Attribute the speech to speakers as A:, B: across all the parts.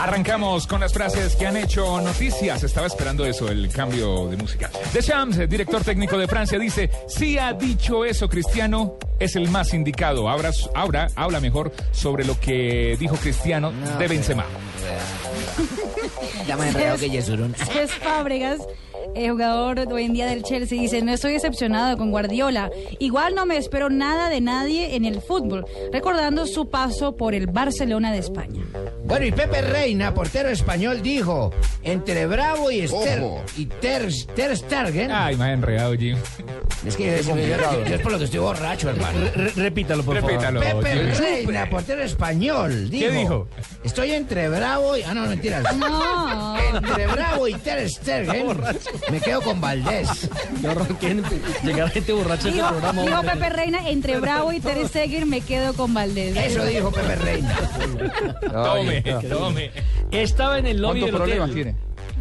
A: Arrancamos con las frases que han hecho noticias. Estaba esperando eso, el cambio de música. De Champs, el director técnico de Francia, dice: Si ha dicho eso Cristiano, es el más indicado. Ahora, ahora habla mejor sobre lo que dijo Cristiano de Benzema.
B: Ya me enredo que Yesurún.
C: Cés Fábregas, eh, jugador hoy en día del Chelsea, dice, no estoy decepcionado con Guardiola. Igual no me espero nada de nadie en el fútbol, recordando su paso por el Barcelona de España.
B: Bueno, y Pepe Reina, portero español, dijo, entre Bravo y Ster y Ter, Ter Stegen.
A: Ay, me ha enredado, Jim.
B: es que es, es por lo que estoy borracho, hermano.
D: repítalo, por
A: Repítalo.
B: Pepe
A: Jimmy.
B: Reina, portero español, dijo.
D: ¿Qué dijo?
B: Estoy entre Bravo y... Ah, no, mentiras. Ah,
C: No,
B: Entre Bravo y Ter Stegen, me quedo con Valdés.
D: favor. Llegar gente borracha
C: dijo, dijo Pepe Reina, entre Bravo y Ter Stegen me quedo con Valdés.
B: Eso dijo Pepe Reina.
A: Tome, tome.
D: Estaba en el lobby
A: ¿Cuántos
D: del
A: problemas
D: hotel.
A: tiene?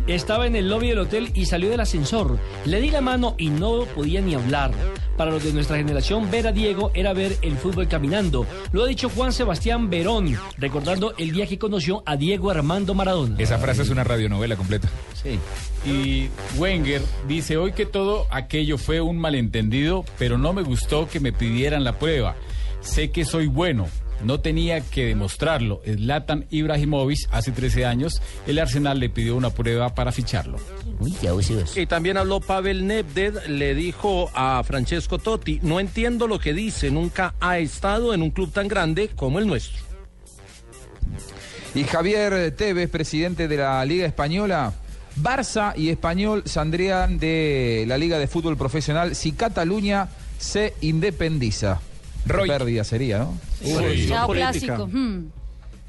D: Estaba en el lobby del hotel y salió del ascensor. Le di la mano y no podía ni hablar. Para los de nuestra generación, ver a Diego era ver el fútbol caminando. Lo ha dicho Juan Sebastián Verón, recordando el día que conoció a Diego Armando Maradona.
A: Esa frase es una radionovela completa.
E: Y Wenger dice hoy que todo aquello fue un malentendido, pero no me gustó que me pidieran la prueba. Sé que soy bueno. No tenía que demostrarlo. Zlatan Ibrahimovic, hace 13 años, el Arsenal le pidió una prueba para ficharlo.
B: Uy, qué abusivos.
F: Y también habló Pavel Nedved, le dijo a Francesco Totti, no entiendo lo que dice, nunca ha estado en un club tan grande como el nuestro.
G: Y Javier Tevez, presidente de la Liga Española. Barça y Español saldrían de la Liga de Fútbol Profesional si Cataluña se independiza.
A: Roy.
G: Qué pérdida sería, ¿no?
C: Chao, clásico. hmm.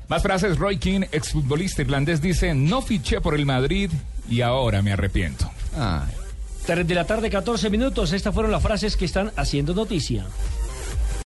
A: Más frases. Roy King, exfutbolista irlandés, dice: No fiché por el Madrid y ahora me arrepiento.
D: 3 de la tarde, 14 minutos. Estas fueron las frases que están haciendo noticia.